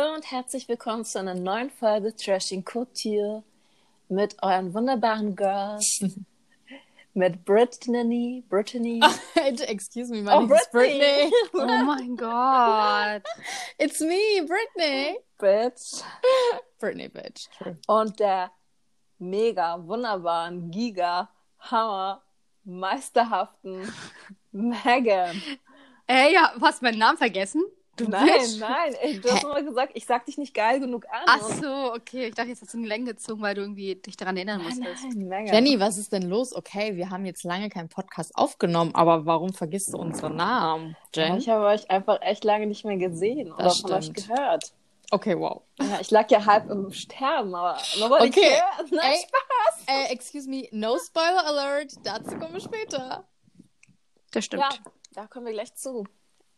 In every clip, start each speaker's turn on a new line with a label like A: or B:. A: und herzlich willkommen zu einer neuen Folge Trashing Couture mit euren wunderbaren Girls, mit Brittany, Brittany.
B: Ah. Excuse me, my name is Brittany.
C: Oh mein Gott.
B: It's me, Brittany.
A: Bitch
B: Brittany, bitch. True.
A: und der mega wunderbaren, giga, hammer, meisterhaften Megan.
C: Ey, Äh, ja, du hast meinen Namen vergessen? Du
A: nein,
C: Bitch.
A: nein, ey, du hast immer gesagt, ich sag dich nicht geil genug an.
C: Ach
A: Und-
C: so, okay. Ich dachte, jetzt hast du den Längen gezogen, weil du irgendwie dich daran erinnern
A: nein,
C: musstest.
A: nein, Megan.
B: Jenny, was ist denn los? Okay, wir haben jetzt lange keinen Podcast aufgenommen, aber warum vergisst du unseren Namen, Jen?
A: Ich habe euch einfach echt lange nicht mehr gesehen oder
B: Das
A: von euch
B: stimmt.
A: gehört.
B: Okay, wow.
A: Ja, ich lag ja halb im Sterben, aber nobody
B: Okay.
A: cares. Nein,
B: Ey, äh, excuse me, no spoiler alert, dazu kommen wir später.
C: Das stimmt.
A: Ja, da kommen wir gleich zu.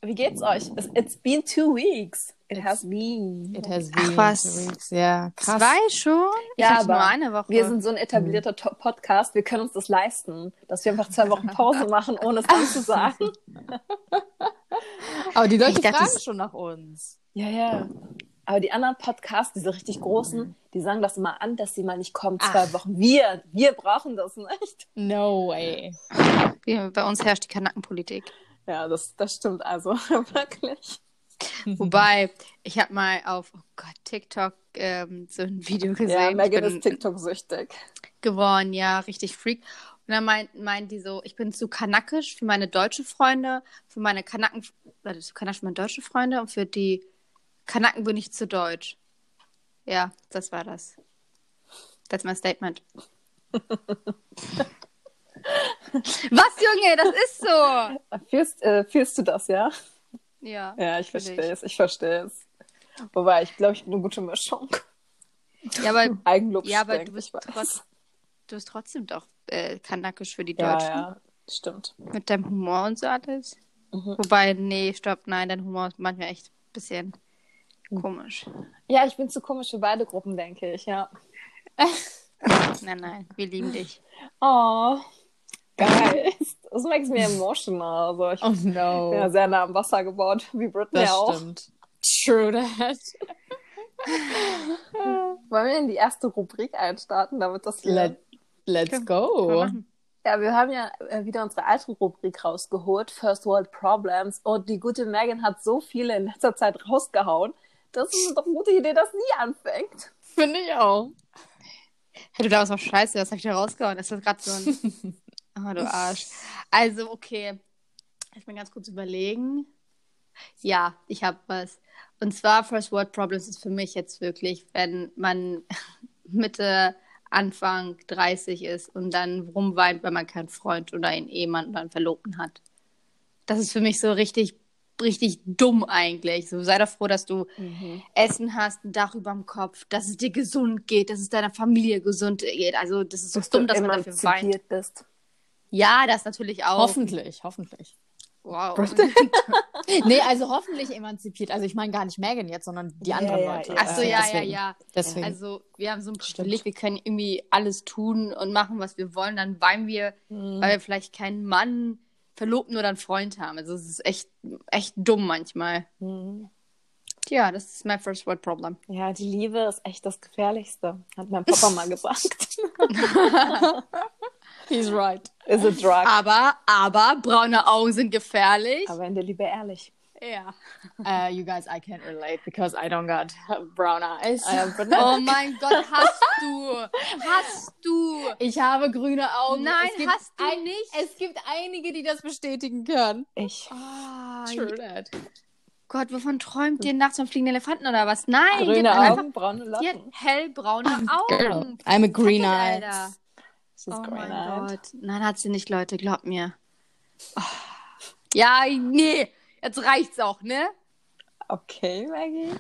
A: Wie geht's euch? It's, it's been two weeks. It
B: It's-
A: has been.
B: It has
C: Ach,
B: been
C: was.
B: two weeks. Ja, krass.
C: Zwei schon? Ich
A: Ja,
C: hatte nur
A: aber
C: eine Woche.
A: Wir sind so ein etablierter To- Podcast, wir können uns das leisten, dass wir einfach zwei Wochen Pause machen, ohne es anzusagen.
B: Aber die Leute
C: Ich dachte,
B: fragen
C: es-
B: schon nach uns.
A: Ja, ja. Aber die anderen Podcasts, diese richtig großen, die sagen das mal an, dass sie mal nicht kommen, zwei
B: Ach.
A: Wochen. Wir, wir brauchen das nicht.
B: No way.
C: Wir- Bei uns herrscht die Kanackenpolitik.
A: Ja, das, das stimmt also, wirklich. Mhm.
C: Wobei, ich habe mal auf oh Gott, TikTok ähm, so ein Video
A: Ja,
C: gesehen. Ich
A: Megan
C: bin-
A: ist TikTok-süchtig.
C: geworden, ja, richtig Freak. Und dann meinten meint die so, ich bin zu kanackisch für meine deutsche Freunde, für meine Kanaken, warte, zu kanackisch für meine deutsche Freunde und für die Kanaken bin ich zu deutsch. Ja, das war das. Das ist mein Statement. Was, Junge, das ist so.
A: Fühlst, äh, fühlst du das, ja?
C: Ja,
A: Ja, ich
C: fühl ich.
A: verstehe es, ich verstehe es. Wobei, ich glaube, ich bin eine gute Mischung.
C: ja aber
A: Eigenlob
C: Ja, aber
A: stinkt,
C: du bist
A: ich weiß.
C: trotz- du bist trotzdem doch äh, kanakisch für die
A: Ja,
C: Deutschen.
A: ja, stimmt.
C: Mit deinem Humor und so alles.
A: Mhm.
C: Wobei, nee, stopp, nein, dein Humor ist manchmal echt ein bisschen komisch.
A: Ja, ich bin zu komisch für beide Gruppen, denke ich, ja.
C: Nein, nein, wir lieben dich.
A: Oh, geil. Das makes me emotional. Also ich
B: Oh no.
A: bin ja sehr nah am Wasser gebaut, wie Britney
B: das
A: auch.
B: stimmt. True that.
A: Wollen wir in die erste Rubrik einstarten, damit das hier...
B: Let, let's
C: Können-
B: go.
A: Ja, wir haben ja äh, wieder unsere alte Rubrik rausgeholt, First World Problems. Und die gute Megan hat so viele in letzter Zeit rausgehauen. Das ist doch eine gute Idee, dass sie anfängt.
B: Finde ich auch.
C: Hey, du glaubst auch scheiße, das hab ich dir rausgehauen. Das ist gerade so ein. Oh, du Arsch. Also, okay. Ich bin ganz kurz überlegen. Ja, ich habe was. Und zwar First World Problems ist für mich jetzt wirklich, wenn man Mitte, Anfang 30 ist und dann rumweint, weil man keinen Freund oder einen Ehemann oder einen Verlobten hat. Das ist für mich so richtig, richtig dumm eigentlich. So sei doch froh, dass du Essen hast, ein Dach über dem Kopf, dass es dir gesund geht, dass es deiner Familie gesund geht. Also das ist so dumm, dass man dafür weint.
A: emanzipiert bist.
C: Ja, das natürlich auch.
B: Hoffentlich, hoffentlich.
C: Wow.
B: Nee, also hoffentlich emanzipiert. Also ich meine gar nicht Megan jetzt, sondern die
A: Ja,
B: anderen
A: ja,
B: Leute. Ähm,
A: ja.
C: Ach so, ja, ja,
B: Deswegen.
C: ja.
B: Deswegen.
C: Also wir haben so ein
B: Stimmt.
C: Privileg, wir können irgendwie alles tun und machen, was wir wollen. Dann weinen wir, weil wir vielleicht keinen Mann, Verlobten oder einen Freund haben. Also es ist echt, echt dumm manchmal.
A: Mhm.
C: Ja, das ist mein First World Problem.
A: Ja, die Liebe ist echt das Gefährlichste. Hat mein Papa mal gesagt.
B: he's right.
A: Is a drug.
C: Aber, aber braune Augen sind gefährlich.
A: Aber in der Liebe ehrlich.
C: ja.
B: Uh, you guys, I can't relate because I don't got brown eyes. Ähm,
C: Oh mein Gott, hast du. Hast du.
B: ich habe grüne Augen.
C: Nein,
B: Es gibt
C: hast du
B: ein-
C: nicht.
B: Es gibt einige, die das bestätigen können.
A: Ich.
B: Ah,
C: True.
B: that.
C: Gott, wovon träumt ihr nachts vom fliegenden Elefanten oder was? Nein, die
A: Grüne
C: hat einfach-
A: Augen, braune
C: Die hat
A: Locken.
C: hellbraune
B: Girl,
C: Augen.
B: I'm a genau. green
C: Fuck it,
B: eyed.
C: Alter.
A: Das
C: Oh
A: ist
C: mein
A: green-eyed.
C: Gott. Nein, hat sie nicht, Leute, glaubt mir. Oh. Ja, nee, jetzt reicht's auch, ne?
A: Okay, Maggie.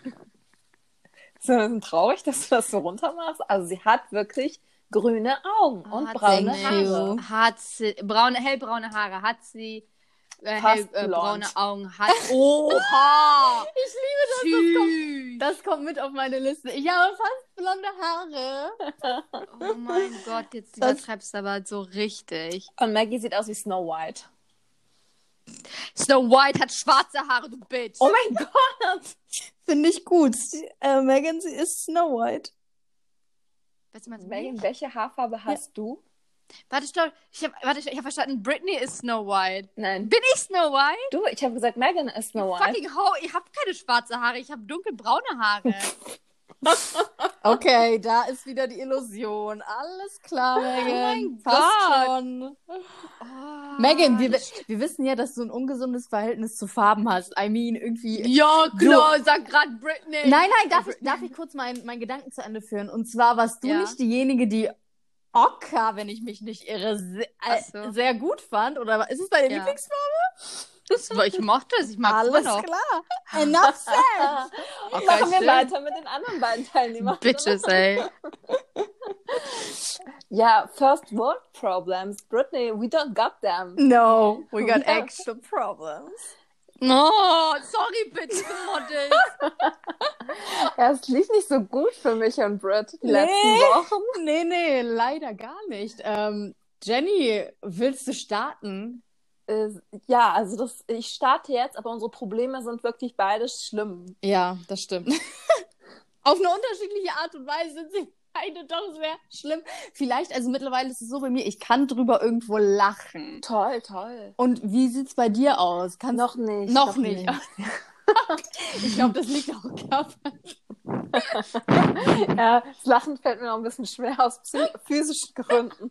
A: Ist ein bisschen traurig, dass du das so runtermachst. Also sie hat wirklich grüne Augen und
C: Oh, Hat
A: braune
C: sie-
A: Haare.
C: Hat sie, braune, hellbraune Haare hat sie. Äh, hell,
A: Fast
C: äh,
A: blond.
C: braune Augen hat. Oha!
B: Ich liebe
C: Tschüss.
B: Das kommt mit auf meine Liste. Ich habe fast blonde Haare.
C: Oh mein Gott, jetzt
A: Das-
C: übertreibst du aber so richtig.
A: Und Maggie sieht aus wie Snow White.
C: Snow White hat schwarze Haare, du Bitch.
A: Oh mein Gott!
D: Finde ich gut. Äh, Megan, sie ist Snow White.
C: Weißt du, meinst du
A: Megan,
C: mich?
A: welche Haarfarbe hast du?
C: Warte, stopp. Ich habe warte, ich hab verstanden, Britney ist Snow White.
A: Nein.
C: Bin ich Snow White?
A: Du, ich habe gesagt, Megan ist Snow White.
C: Fucking ho, ich habe keine schwarze Haare, ich habe dunkelbraune Haare.
B: Okay, da ist wieder die Illusion. Alles klar, Megan.
C: Oh mein
B: Passt
C: Gott.
B: schon.
C: Oh,
B: Megan, wir, wir wissen ja, dass du ein ungesundes Verhältnis zu Farben hast. I mean, irgendwie.
C: Ja, klar, sag grad Britney.
B: Nein, nein, darf ich, darf ich kurz meinen meinen Gedanken zu Ende führen? Und zwar warst du
C: Ja.
B: nicht diejenige, die Ocker, wenn ich mich nicht irre, se
C: Ach
B: äh,
C: so.
B: sehr gut fand. Oder ist es deine
C: Ja.
B: Lieblingsfarbe?
C: Aber ich mochte es, ich mag es immer
B: Alles
C: noch.
B: klar. Enough said.
C: Okay,
A: Machen wir
C: schön.
A: weiter mit den anderen beiden Teilnehmern.
C: Bitches, ey.
A: Ja, First World Problems. Britney, we don't got them.
D: No, we got
A: Ja.
D: actual problems.
C: Oh, sorry, Bitch, gemodelt.
A: Ja, es lief nicht so gut für mich und Brit die
D: Nee.
A: letzten Wochen.
B: Nee, nee, leider gar nicht. Ähm, Jenny, willst du starten?
A: Äh, ja, also das, ich starte jetzt, aber unsere Probleme sind wirklich beide schlimm.
B: Ja, das stimmt. Auf eine unterschiedliche Art und Weise sind sie beide doch sehr schlimm. Vielleicht, also mittlerweile ist es so bei mir, ich kann drüber irgendwo lachen.
A: Toll, toll.
B: Und wie sieht's bei dir aus? Kannst
A: Noch nicht.
B: Noch nicht. ich glaube, das liegt auch daran.
A: Ja, das Lachen fällt mir noch ein bisschen schwer aus psy- physischen Gründen.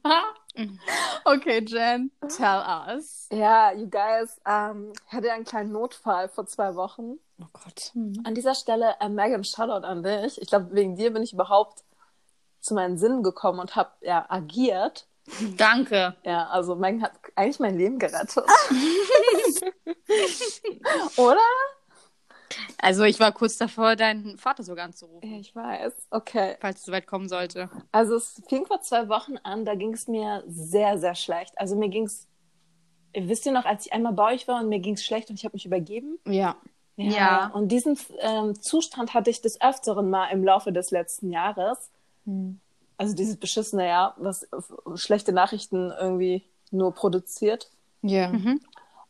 B: Okay, Jen, tell us.
A: Ja, you guys, ähm, ich hatte einen kleinen Notfall vor zwei Wochen.
B: Oh Gott.
A: An dieser Stelle, äh, Megan, Shoutout an dich. Ich glaube, wegen dir bin ich überhaupt zu meinen Sinnen gekommen und habe ja, agiert.
C: Danke.
A: Ja, also Megan hat eigentlich mein Leben gerettet. Oder?
C: Also, ich war kurz davor, deinen Vater sogar anzurufen,
A: Ja, ich weiß. Okay.
C: falls es soweit kommen sollte.
A: Also es fing vor zwei Wochen an, da ging es mir sehr, sehr schlecht. Also mir ging es, wisst ihr noch, als ich einmal bei euch war und mir ging es schlecht und ich habe mich übergeben?
B: Ja.
C: Ja.
A: Und diesen ähm, Zustand hatte ich des Öfteren mal im Laufe des letzten Jahres. Also dieses beschissene Jahr, was äh, schlechte Nachrichten irgendwie nur produziert.
B: Ja.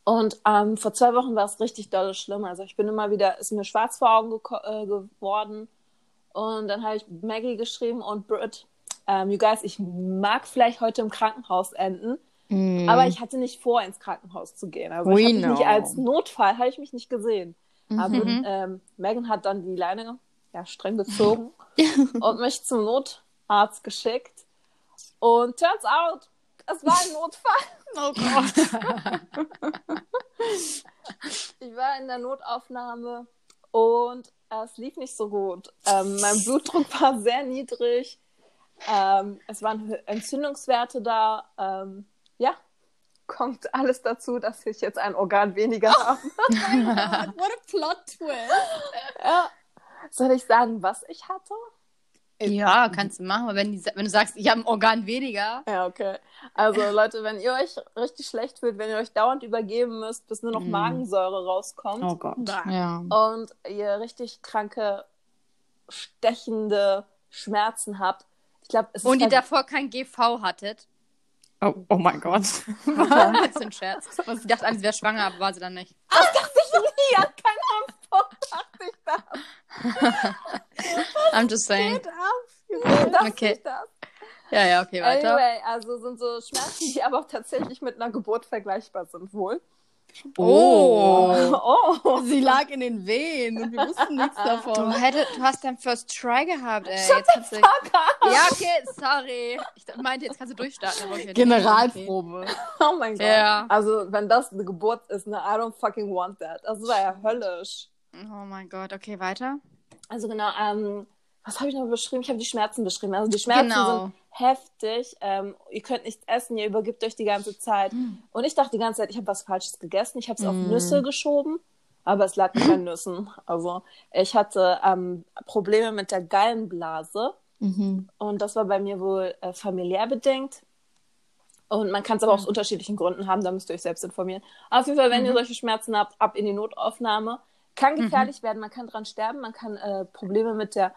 A: Und ähm, vor zwei Wochen war es richtig dolle schlimm. Also ich bin immer wieder, ist mir schwarz vor Augen geko- äh, geworden. Und dann habe ich Maggie geschrieben und Britt, ähm, you guys, ich mag vielleicht heute im Krankenhaus enden,
B: Mhm.
A: aber ich hatte nicht vor, ins Krankenhaus zu gehen. Also
B: We
A: ich habe mich
B: know.
A: nicht als Notfall, habe ich mich nicht gesehen. Aber
C: Mhm.
A: ähm, Megan hat dann die Leine ja, streng gezogen und mich zum Notarzt geschickt. Und turns out, es war ein Notfall.
C: Oh Gott.
A: Ich war in der Notaufnahme und es lief nicht so gut. Ähm, mein Blutdruck war sehr niedrig. Ähm, es waren Hö- Entzündungswerte da. Ähm, ja, kommt alles dazu, dass ich jetzt ein Organ weniger habe.
B: What a plot twist.
A: Ja. Soll ich sagen, was ich hatte?
C: Ja, kannst du machen, aber wenn, die, wenn du sagst, ich habe ein Organ weniger.
A: Ja, okay. Also Leute, wenn ihr euch richtig schlecht fühlt, wenn ihr euch dauernd übergeben müsst, bis nur noch
B: Mhm.
A: Magensäure rauskommt,
C: Oh
B: Oh Gott.
C: Bah.
B: Ja.
A: und ihr richtig kranke, stechende Schmerzen habt. Ich glaube, es
C: Und
A: ist
C: ihr
B: halt-
C: davor kein GV hattet.
B: Oh, oh mein Gott.
C: das ist ein Scherz. Sie dachte, an, sie wäre schwanger, aber war sie dann nicht. I'm just saying.
A: das
C: Okay.
A: nicht das.
C: Ja, ja, okay, weiter.
A: Anyway, also sind so Schmerzen, die aber auch tatsächlich mit einer Geburt vergleichbar sind, wohl.
B: Oh.
A: Oh.
B: Sie lag in den Wehen und wir wussten nichts
C: Du,
B: davon.
C: hättest, du hast deinen First Try gehabt, ey. Jetzt hat sie... Ja, okay, sorry. Ich dacht- meinte, jetzt kannst du durchstarten. aber okay.
B: Generalprobe.
A: oh mein Gott.
C: Ja.
A: Also, wenn das eine Geburt ist, ne, I don't fucking want that. Also, Das war ja höllisch.
C: Oh mein Gott, okay, weiter.
A: Also genau, ähm, was habe ich noch beschrieben? Ich habe die Schmerzen beschrieben. Also die Schmerzen
C: Genau.
A: sind heftig. Ähm, ihr könnt nichts essen, ihr übergibt euch die ganze Zeit.
C: Hm.
A: Und ich dachte die ganze Zeit, ich habe was Falsches gegessen. Ich habe es auf Nüsse geschoben, aber es lag nicht an Nüssen. Also ich hatte ähm, Probleme mit der Gallenblase
B: Mhm.
A: und das war bei mir wohl äh, familiär bedingt. Und man kann es aber
C: Mhm.
A: aus unterschiedlichen Gründen haben, da müsst ihr euch selbst informieren. Auf jeden Fall, wenn ihr solche Schmerzen habt, ab in die Notaufnahme. Kann
C: Mhm.
A: gefährlich werden, man kann dran sterben, man kann äh, Probleme mit der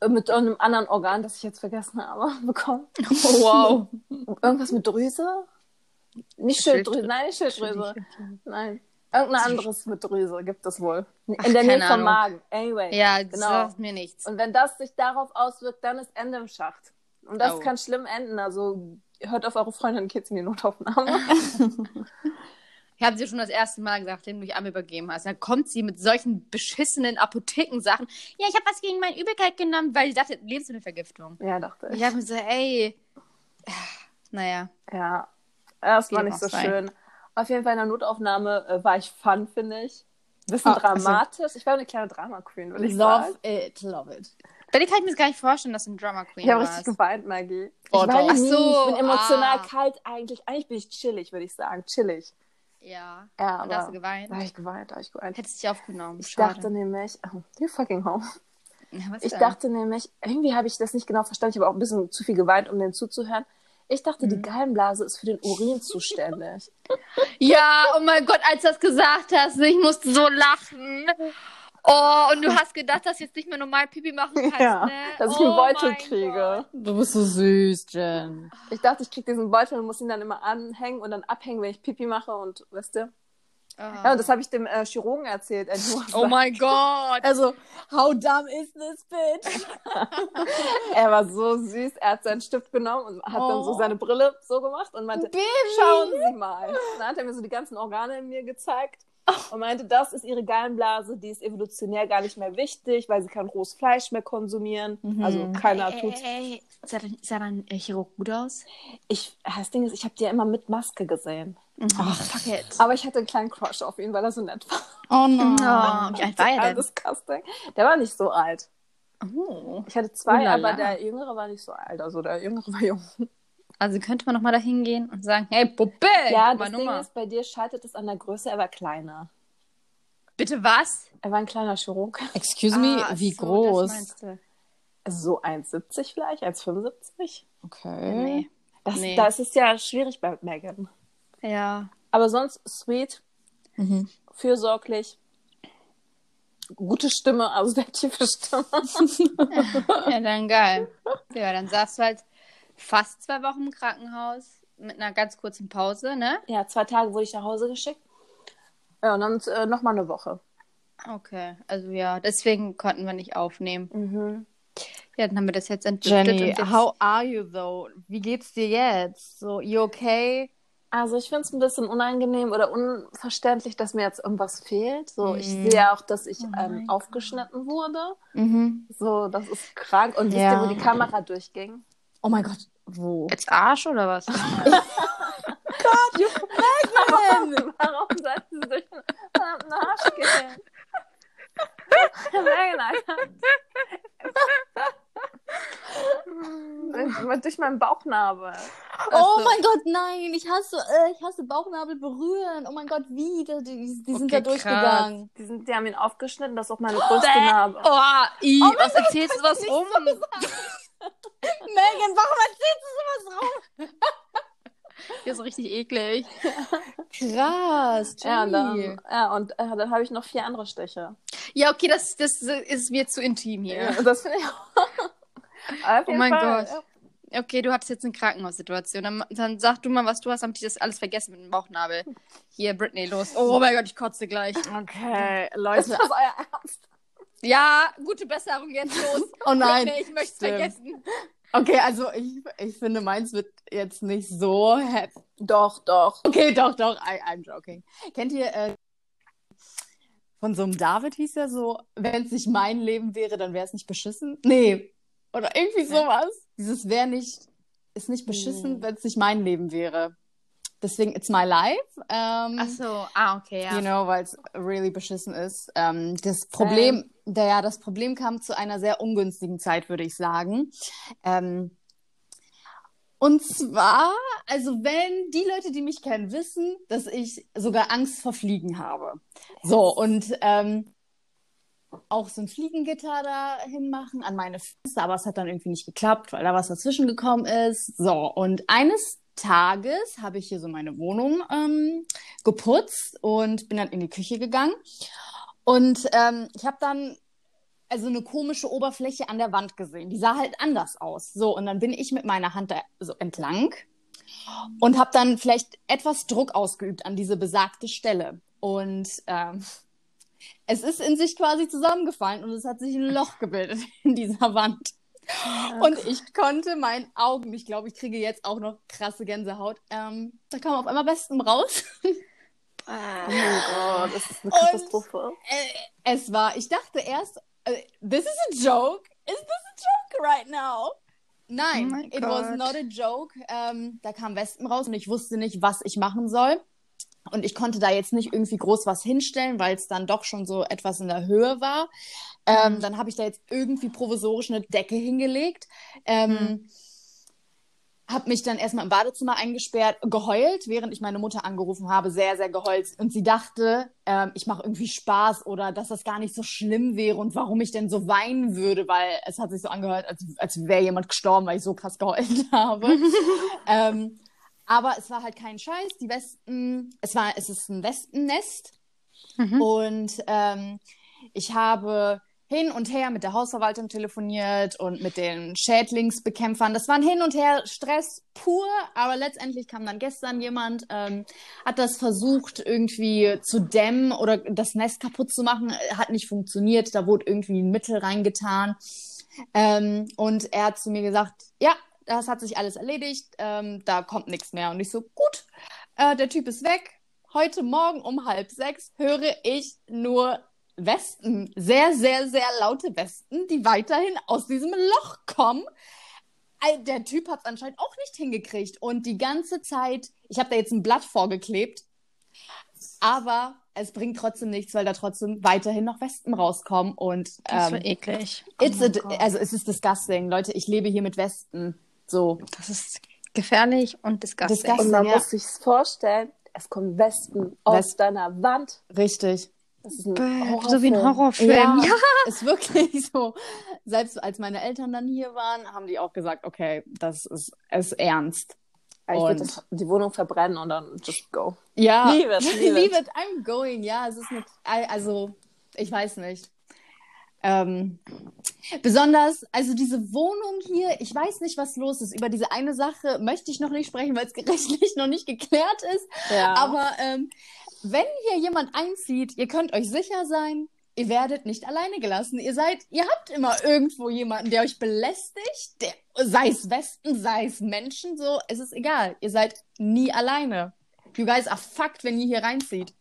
A: äh, mit einem anderen Organ, das ich jetzt vergessen habe, bekommen.
C: Wow.
A: Irgendwas mit Drüse? Nicht Schilddrüse,
C: Schilddrüse.
A: nein, nicht Schilddrüse. Nein. Irgendein anderes mit Drüse gibt es wohl. In der
C: keine
A: Nähe vom
C: Ahnung.
A: Magen. Anyway.
C: Ja, das
A: Genau.
C: sagt mir nichts.
A: Und wenn das sich darauf auswirkt, dann ist Ende im Schacht. Und das
C: Oh.
A: kann schlimm enden. Also hört auf eure Freundin, geht's in die Notaufnahme.
C: Ich habe dir schon das erste Mal gesagt, dem du dich einmal übergeben hast. Dann kommt sie mit solchen beschissenen Apothekensachen. Ja, ich habe was gegen meine Übelkeit genommen, weil ich dachte, Lebensmittelvergiftung.
A: ja, dachte
C: Ich
A: ich.
C: dachte mir so, ey. Naja.
A: Ja. Das war
C: Geht
A: nicht so
C: noch sein.
A: schön. Auf jeden Fall in der Notaufnahme äh, war ich fun, finde ich. Bisschen
C: Ah, also-
A: dramatisch. Ich war eine kleine Drama-Queen, würde ich sagen.
B: Love it, love it.
C: Bei dir kann ich mir das gar nicht vorstellen, dass du ein Drama Queen
A: Ich habe richtig
C: warst.
A: geweint, Maggie. Ich
B: Oh,
A: weine
B: doch.
C: Ach
A: nie.
C: so,
A: ich bin emotional
C: ah.
A: kalt eigentlich. Eigentlich bin ich chillig, würde ich sagen. Chillig.
C: Ja.
A: Ja,
C: Und da hast du
A: aber da habe
C: geweint.
A: ich geweint, da habe ich geweint.
C: Hättest dich aufgenommen.
A: Ich
C: Schade.
A: dachte nämlich, oh, you fucking home.
C: Ja, was
A: Ich
C: denn?
A: dachte nämlich, irgendwie habe ich das nicht genau verstanden. Ich habe auch ein bisschen zu viel geweint, um dem zuzuhören. Ich dachte,
C: Mhm.
A: die Gallenblase ist für den Urin zuständig.
C: Ja, oh mein Gott, als du das gesagt hast, ich musste so lachen. Oh, und du hast gedacht, dass du jetzt nicht mehr normal Pipi machen kannst,
A: ja,
C: ne?
A: dass ich
C: oh
A: einen Beutel
C: mein
A: kriege.
C: Gott.
B: Du bist so süß, Jen.
A: Ich dachte, ich kriege diesen Beutel und muss ihn dann immer anhängen und dann abhängen, wenn ich Pipi mache und weißt du.
C: Ah.
A: Ja, und das habe ich dem äh, Chirurgen erzählt. Er
C: oh mein Gott.
B: Also, how dumb is this bitch?
A: Er war so süß. Er hat seinen Stift genommen und hat dann so
B: Oh.
A: seine Brille so gemacht und meinte,
B: Baby.
A: schauen Sie mal. Und Dann hat er mir so die ganzen Organe in mir gezeigt und meinte, das ist ihre Gallenblase, die ist evolutionär gar nicht mehr wichtig, weil sie kein rohes Fleisch mehr konsumieren.
B: Mhm.
A: Also keiner
C: Ey,
A: tut.
C: Ey, ey. Sah dein, sah dein äh, Chirurg gut aus?
A: Ich, das Ding ist, ich habe die ja immer mit Maske gesehen.
C: Ach, fuck it.
A: Aber ich hatte einen kleinen Crush auf ihn, weil er so nett war.
B: Oh no.
C: Oh, wie alt war er denn?
A: Das Casting. Der war nicht so alt.
C: Oh.
A: Ich hatte zwei,
C: Ulala.
A: aber der Jüngere war nicht so alt. Also der Jüngere war jung.
C: Also könnte man nochmal da hingehen und sagen, hey, Puppe,
A: ja,
C: guck mal
A: das Ding
C: Nummer.
A: ist, bei dir scheitert es an der Größe. Er war kleiner.
C: Bitte was?
A: Er war ein kleiner Chirurg.
B: Excuse me,
C: Ah,
B: wie
C: so, das
B: groß?
C: meinst du.
A: So 1,70 vielleicht, 1,75.
B: Okay.
A: Hm?
C: Nee.
A: Das,
C: Nee.
A: das ist ja schwierig bei Megan.
C: Ja.
A: Aber sonst sweet,
B: Mhm.
A: fürsorglich, gute Stimme, also sehr tiefe Stimme.
C: Ja, dann geil. Ja, dann saß du halt fast zwei Wochen im Krankenhaus mit einer ganz kurzen Pause, ne?
A: Ja, zwei Tage wurde ich nach Hause geschickt. Ja, und dann äh, nochmal eine Woche.
C: Okay, also ja, deswegen konnten wir nicht aufnehmen.
A: Mhm.
C: Ja, dann haben wir das jetzt entdeckt.
B: Jenny, how are you though? Wie geht's dir jetzt? So, you okay?
A: Also ich finde es ein bisschen unangenehm oder unverständlich, dass mir jetzt irgendwas fehlt. So, ich
B: Mhm.
A: sehe ja auch, dass ich
C: mein
A: ähm, aufgeschnitten wurde.
B: Mhm.
A: So, das ist krank. Und wisst
B: Ja.
A: ihr, wo die Kamera durchging?
B: Oh mein Gott, wo?
C: Jetzt Arsch oder was?
A: Warum seid ihr durch den verdammten Arsch gehen? Nein, Alter. Durch meinen Bauchnabel.
B: Oh mein Gott, nein, ich hasse, äh, ich hasse Bauchnabel berühren. Oh mein Gott, wie? Die, die, die sind da
C: Okay,
B: durchgegangen.
A: Die, sind, die haben ihn aufgeschnitten, das ist auch meine größte Narbe.
C: Oh, i, was erzählst du was um?
B: Megan, warum erzählst du sowas raus?
C: Das ist richtig eklig.
B: Krass,
A: Ja, und
B: Jenny.
A: dann, ja, und äh, dann habe ich noch vier andere Stiche.
C: Ja, okay, das, das ist mir zu intim hier.
A: Ja, das finde ich auch. Auf
C: Oh
A: jeden
C: mein
A: Fall,
C: Gott. Okay, du hattest jetzt eine Krankenhaussituation. Dann, dann sag du mal, was du hast, damit ich das alles vergesse mit dem Bauchnabel. Hier, Britney, los. Oh mein Gott, ich kotze gleich.
A: Okay, Leute. Das ist euer Ernst.
C: Ja, gute Besserung jetzt los.
B: Oh nein.
C: Britney, ich möchte es
B: stimmt.
C: vergessen.
B: Okay, also ich, ich finde, meins wird jetzt nicht so happy.
A: Doch, doch.
B: Okay, doch, doch, I, I'm joking. Kennt ihr äh, von so einem David hieß ja so, wenn es nicht mein Leben wäre, dann wäre es nicht beschissen? Nee. Oder irgendwie sowas. Dieses wäre nicht, ist nicht beschissen,
C: Mhm.
A: Hm.
B: wenn es nicht mein Leben wäre. Deswegen, it's my life. Ähm,
C: Ach so, ah, okay, ja.
B: You know, weil es really beschissen ist. Ähm, das Problem, da, ja, das Problem kam zu einer sehr ungünstigen Zeit, würde ich sagen. Ähm, und zwar, also wenn die Leute, die mich kennen, wissen, dass ich sogar Angst vor Fliegen habe. So, und ähm, auch so ein Fliegengitter da hinmachen an meine Fenster, aber es hat dann irgendwie nicht geklappt, weil da was dazwischen gekommen ist. So, und eines Tages habe ich hier so meine Wohnung ähm, geputzt und bin dann in die Küche gegangen. Und ähm, ich habe dann also eine komische Oberfläche an der Wand gesehen. Die sah halt anders aus. So, und dann bin ich mit meiner Hand da so entlang und habe dann vielleicht etwas Druck ausgeübt an diese besagte Stelle. Und ähm, es ist in sich quasi zusammengefallen und es hat sich ein Loch gebildet in dieser Wand. Und ich konnte meinen Augen, ich glaube, ich kriege jetzt auch noch krasse Gänsehaut. Ähm, da kamen auf einmal Wespen raus.
C: Ah, Ähm,
A: Oh mein Gott, das ist eine Katastrophe.
B: Es war, ich dachte erst, äh, this is a joke. Is this a joke right now?
C: Oh
B: Nein,
C: mein
B: it was
C: Gott.
B: not a joke. Ähm, da kamen Wespen raus und ich wusste nicht, was ich machen soll. Und ich konnte da jetzt nicht irgendwie groß was hinstellen, weil es dann doch schon so etwas in der Höhe war. Ähm, Dann habe ich da jetzt irgendwie provisorisch eine Decke hingelegt. Ähm, Habe mich dann erstmal im Badezimmer eingesperrt, geheult, während ich meine Mutter angerufen habe, sehr, sehr geheult. Und sie dachte, ähm, ich mache irgendwie Spaß oder dass das gar nicht so schlimm wäre und warum ich denn so weinen würde, weil es hat sich so angehört, als, als wäre jemand gestorben, weil ich so krass geheult habe. ähm, aber es war halt kein Scheiß. Die Wespen, es war, es ist ein Wespennest. Und ähm, ich habe hin und her mit der Hausverwaltung telefoniert und mit den Schädlingsbekämpfern. Das waren hin und her Stress pur, aber letztendlich kam dann gestern jemand, ähm, hat das versucht irgendwie zu dämmen oder das Nest kaputt zu machen, äh, hat nicht funktioniert. Da wurde irgendwie ein Mittel reingetan. Ähm, und er hat zu mir gesagt, ja, das hat sich alles erledigt, ähm, da kommt nichts mehr. Und ich so, gut, äh, der Typ ist weg. Heute Morgen um halb sechs höre ich nur Wespen, sehr, sehr, sehr laute Wespen, die weiterhin aus diesem Loch kommen. Ey, Der Typ hat es anscheinend auch nicht hingekriegt. Und die ganze Zeit, ich habe da jetzt ein Blatt vorgeklebt, aber es bringt trotzdem nichts, weil da trotzdem weiterhin noch Wespen rauskommen. Und
C: Das war
B: ähm,
C: eklig.
A: Oh
B: It's a, also es ist disgusting, Leute. Ich lebe hier mit Wespen. So.
C: Das ist gefährlich und disgusting.
B: Disgusting.
A: Und man
B: Ja.
A: muss sich's vorstellen, es kommen Wespen aus
B: Wes-
A: deiner Wand.
B: Richtig.
A: Das ist ein
C: Bäh,
A: Horrorfilm.
C: So wie ein Horrorfilm. Ja.
B: Ist wirklich so. Selbst als meine Eltern dann hier waren, haben die auch gesagt, okay, das ist, ist ernst.
A: Ja, Ah, Ich würde
B: Und-
A: das- die Wohnung verbrennen und dann just go.
B: Ja.
A: Leave it, leave it.
B: I'm going. Ja, es ist mit, also, ich weiß nicht. Ähm, besonders, also diese Wohnung hier, ich weiß nicht, was los ist. Über diese eine Sache möchte ich noch nicht sprechen, weil es gerichtlich noch nicht geklärt ist.
A: Ja.
B: Aber ähm, wenn hier jemand einzieht, ihr könnt euch sicher sein, ihr werdet nicht alleine gelassen. Ihr seid, ihr habt immer irgendwo jemanden, der euch belästigt, der, sei es Westen, sei es Menschen, so, es ist egal. Ihr seid nie alleine. You guys are fucked, wenn ihr hier reinzieht.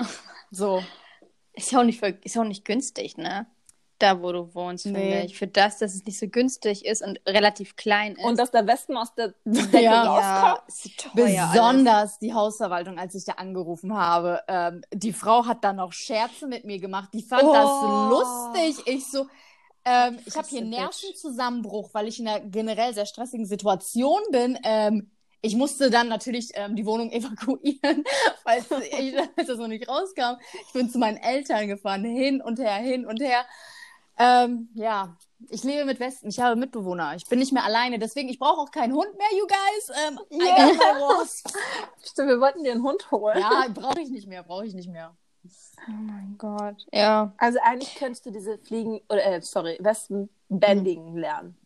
B: So.
C: Ist ja auch nicht, ver- ist ja auch nicht günstig, ne? Da, wo du wohnst, finde
B: Nee.
C: ich. Für das, dass es nicht so günstig ist und relativ klein ist.
A: und dass der Wespen aus der Decke
B: Ja.
A: rauskommt.
C: Oh ja, ist teuer alles.
B: Besonders die Hausverwaltung, als ich da angerufen habe. Ähm, die Frau hat dann noch Scherze mit mir gemacht. Die fand
C: Oh.
B: das lustig. Ich so, ähm, ich habe hier
C: Bitch.
B: Nervenzusammenbruch, weil ich in einer generell sehr stressigen Situation bin. Ähm, ich musste dann natürlich ähm, die Wohnung evakuieren, falls ich, als das noch nicht rauskam. Ich bin zu meinen Eltern gefahren, hin und her, hin und her. Ähm, ja, ich lebe mit Westen, ich habe Mitbewohner, ich bin nicht mehr alleine, deswegen ich brauche auch keinen Hund mehr, you guys. Ähm, I
A: Yeah.
B: got my wasp.
A: Stimmt, wir wollten dir einen Hund holen.
B: Ja, brauche ich nicht mehr, brauche ich nicht mehr.
C: Oh mein Gott. Ja.
A: Also eigentlich könntest du diese Fliegen, oder äh, sorry, Wespen bändigen lernen.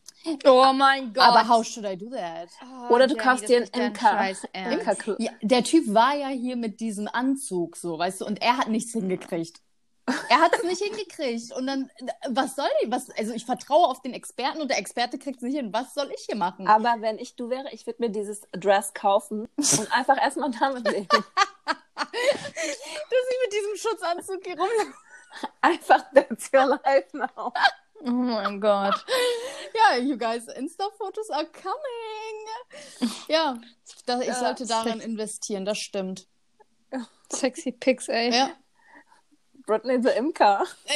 C: Oh mein Gott.
B: Aber how should I do that?
C: Oh,
A: Oder du
C: Jenny,
A: kaufst
C: das
A: dir
C: ist
A: einen
C: dein
A: Imker.
C: Scheiß Ernst.
A: Imkerkl-
B: Ja, der Typ war ja hier mit diesem Anzug, so, weißt du, und er hat nichts hingekriegt. Er hat es nicht hingekriegt. Und dann, was soll ich? Was, also ich vertraue auf den Experten und der Experte kriegt es nicht hin. Was soll ich hier machen?
A: Aber wenn ich du wäre, ich würde mir dieses Dress kaufen und einfach erstmal damit leben.
B: Dass ich mit diesem Schutzanzug hier rumlaufe.
A: Einfach that's your life now.
C: Oh mein Gott.
B: Ja, you guys, Insta-Fotos are coming. Ja, da, ich
A: Ja,
B: sollte darin
C: sex-
B: investieren, das stimmt.
C: Sexy Pics, ey.
B: Ja.
A: Britney the Imker.
B: I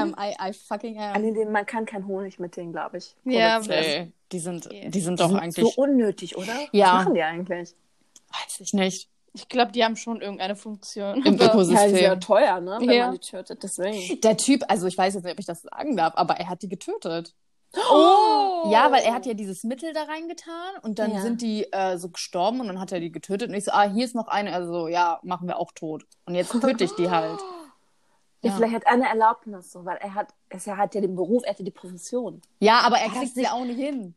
B: am, I, I fucking
A: An
B: am.
A: den, man kann keinen Honig mit denen, glaube ich.
C: Ja,
A: produzieren.
B: die sind,
C: Yeah.
B: die sind doch
A: so unnötig, oder?
B: Ja.
A: Was machen die eigentlich?
B: weiß ich nicht,
C: Ich glaube, die haben schon irgendeine Funktion.
B: im
A: Ja, die sind ja
B: Ökosystem.
A: teuer, ne? Wenn
C: Ja.
A: man die tötet, deswegen.
B: Der Typ, also ich weiß jetzt nicht, ob ich das sagen darf, aber er hat die getötet.
A: Oh!
B: Ja, weil er hat ja dieses Mittel da reingetan und dann
A: Ja.
B: sind die äh, so gestorben und dann hat er die getötet und ich so, ah, hier ist noch eine, also ja, machen wir auch tot. Und jetzt töte ich die halt.
A: Ja,
B: Ja.
A: Vielleicht hat er eine Erlaubnis, so, weil er hat, es, er hat ja den Beruf, er hat ja die Profession.
B: Ja, aber er
C: War das
B: kriegt sie ja auch nicht hin.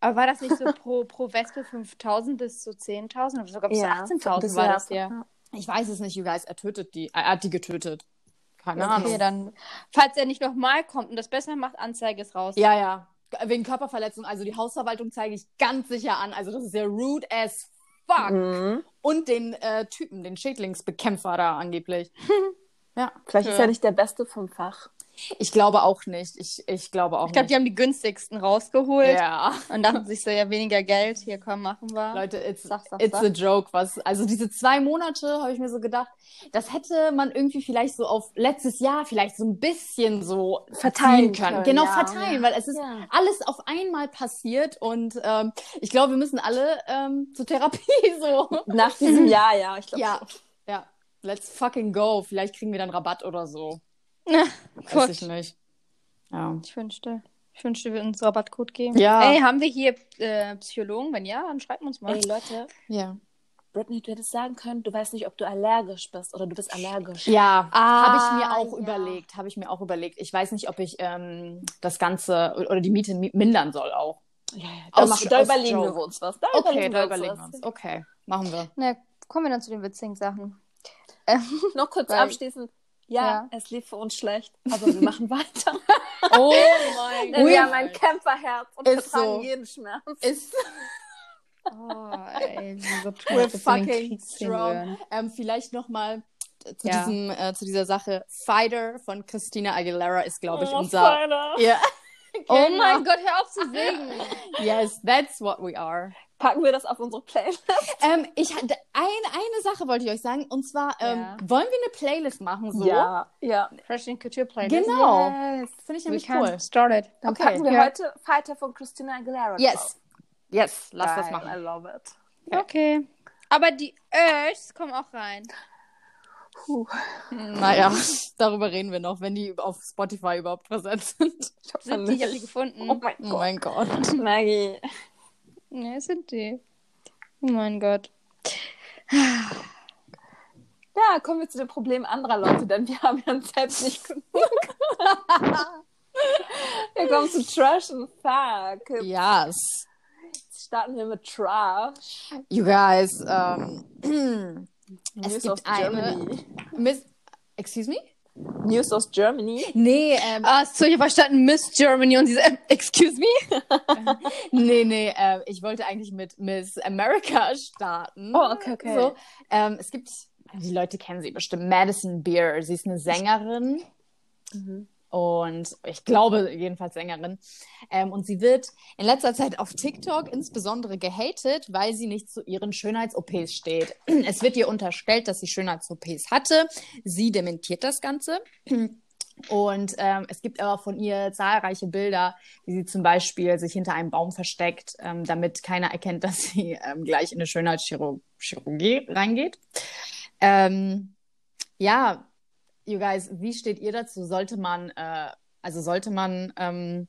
C: Aber war das nicht so pro, pro Wespe 5000 bis zu 10.000? Oder sogar bis zu 18.000
A: das
C: war
A: wär-
C: das ja.
B: Ich weiß es nicht, you guys. Er tötet die. Er hat die getötet. Keine
C: Okay,
B: Ahnung.
C: dann. Falls er nicht nochmal kommt und das besser macht, Anzeige ist raus.
B: Ja, ja. Wegen Körperverletzung. Also die Hausverwaltung zeige ich ganz sicher an. Also das ist ja rude as fuck.
A: Mhm.
B: Und den äh, Typen, den Schädlingsbekämpfer da angeblich. ja.
A: Vielleicht ist
C: Ja.
A: er nicht der Beste vom Fach.
B: Ich glaube auch nicht. Ich, ich glaube auch
C: Ich glaube, die
B: nicht.
C: haben die günstigsten rausgeholt
B: ja.
C: und dachten sich so, ja, weniger Geld, hier komm, machen wir.
B: Leute, it's,
C: Sag, sag,
B: it's
C: sag.
B: a joke. Was, also diese zwei Monate habe ich mir so gedacht, das hätte man irgendwie vielleicht so auf letztes Jahr vielleicht so ein bisschen so
A: Verteilen
B: ziehen
A: können,
B: Genau,
A: ja.
B: verteilen, weil es ist
A: Ja.
B: alles auf einmal passiert und ähm, ich glaube, wir müssen alle ähm, zur Therapie so.
A: Nach diesem Jahr, ja. Ich glaube,
B: ja, ja. Let's fucking go. Vielleicht kriegen wir dann Rabatt oder so. Weiß
C: Gott.
B: ich nicht. Ja.
C: Ich wünschte, ich wünschte, wir würden uns Rabattcode geben.
B: Ja.
C: Ey, haben wir hier äh, Psychologen? Wenn ja, dann schreiben uns mal.
A: Ey, Leute,
B: Ja.
A: Britney, du hättest sagen können, du weißt nicht, ob du allergisch bist oder du bist allergisch.
B: Ja,
C: Ah,
B: habe ich mir auch
C: ja.
B: überlegt, habe ich mir auch überlegt. Ich weiß nicht, ob ich ähm, das Ganze oder die Miete mi- mindern soll auch.
A: Ja, ja. Da,
B: Aus-
A: mach, da
B: aus
A: überlegen
B: Joke.
A: wir uns was. Da
B: Okay,
A: überlegen
B: da
A: wir
B: überlegen
A: uns
B: wir
A: was.
B: uns. Okay, machen wir.
C: Na, kommen wir dann zu den witzigen Sachen.
A: Noch kurz
C: Weil-
A: abschließend. Ja,
C: Ja.
A: es lief für uns schlecht, aber wir machen weiter.
B: Oh
A: Denn
B: mein
A: wir haben ein Kämpferherz und
B: Ist
A: vertragen
B: so.
A: jeden Schmerz.
B: Ist
C: Oh, ey, wieso tun wir
B: we're
C: das in den
B: fucking
C: Krieg ziehen
B: strong.
C: würden?
B: Ähm, vielleicht noch mal zu,
C: Ja.
B: diesem, äh, zu dieser Sache. Fighter von Christina Aguilera ist, glaube ich,
A: Oh,
B: unser.
A: Freunde.
B: Ja. Genau.
C: Oh mein Gott, hör auf zu singen.
B: Yes, that's what we are.
A: Packen wir das auf unsere Playlist.
B: Ähm, ich hatte ein, eine Sache wollte ich euch sagen und zwar ähm,
C: Ja.
B: wollen wir eine Playlist machen so?
A: Ja, ja.
C: Fresh in Couture Playlist.
B: Genau.
A: Yes.
B: Finde ich
C: We
B: nämlich
C: can
B: cool.
C: start it.
A: Dann
B: Okay.
A: packen wir
C: Ja.
A: heute Fighter von Christina Aguilera. drauf.
B: Yes. Yes, lass das
A: Geil,
B: machen.
A: I love it.
C: Okay. Aber die Earths kommen auch rein.
B: Naja, darüber reden wir noch, wenn die auf Spotify überhaupt präsent sind.
C: Sind die? Ich hab die gefunden.
A: Oh mein
B: Oh
A: Gott.
B: mein Gott.
A: Maggie.
C: Ne, sind die. Oh mein Gott.
A: Ja, kommen wir zu den Problemen anderer Leute, denn wir haben ja uns selbst nicht genug. wir kommen zu Trash and Fuck.
B: Yes.
A: Jetzt starten wir mit Trash.
B: You guys, ähm,
A: News
B: es
A: aus
B: gibt eine.
A: Germany.
B: Miss, excuse me?
A: News aus Germany.
B: Nee, ähm,
C: Ah, so, ich hab verstanden. Miss Germany und diese. excuse me?
B: nee, nee, äh, ich wollte eigentlich mit Miss America starten.
A: Oh, okay, okay.
B: So, ähm, es gibt, die Leute kennen sie bestimmt, Madison Beer. Sie ist eine Sängerin.
C: Mhm.
B: Und ich glaube, jedenfalls Sängerin. Ähm, und sie wird in letzter Zeit auf TikTok insbesondere gehatet, weil sie nicht zu ihren Schönheits-OPs steht. Es wird ihr unterstellt, dass sie Schönheits-OPs hatte. Sie dementiert das Ganze. Und ähm, es gibt aber von ihr zahlreiche Bilder, wie sie zum Beispiel sich hinter einem Baum versteckt, ähm, damit keiner erkennt, dass sie ähm, gleich in eine Schönheitschirurgie reingeht. Ähm, ja, you guys, wie steht ihr dazu? Sollte man, äh, also sollte man ähm,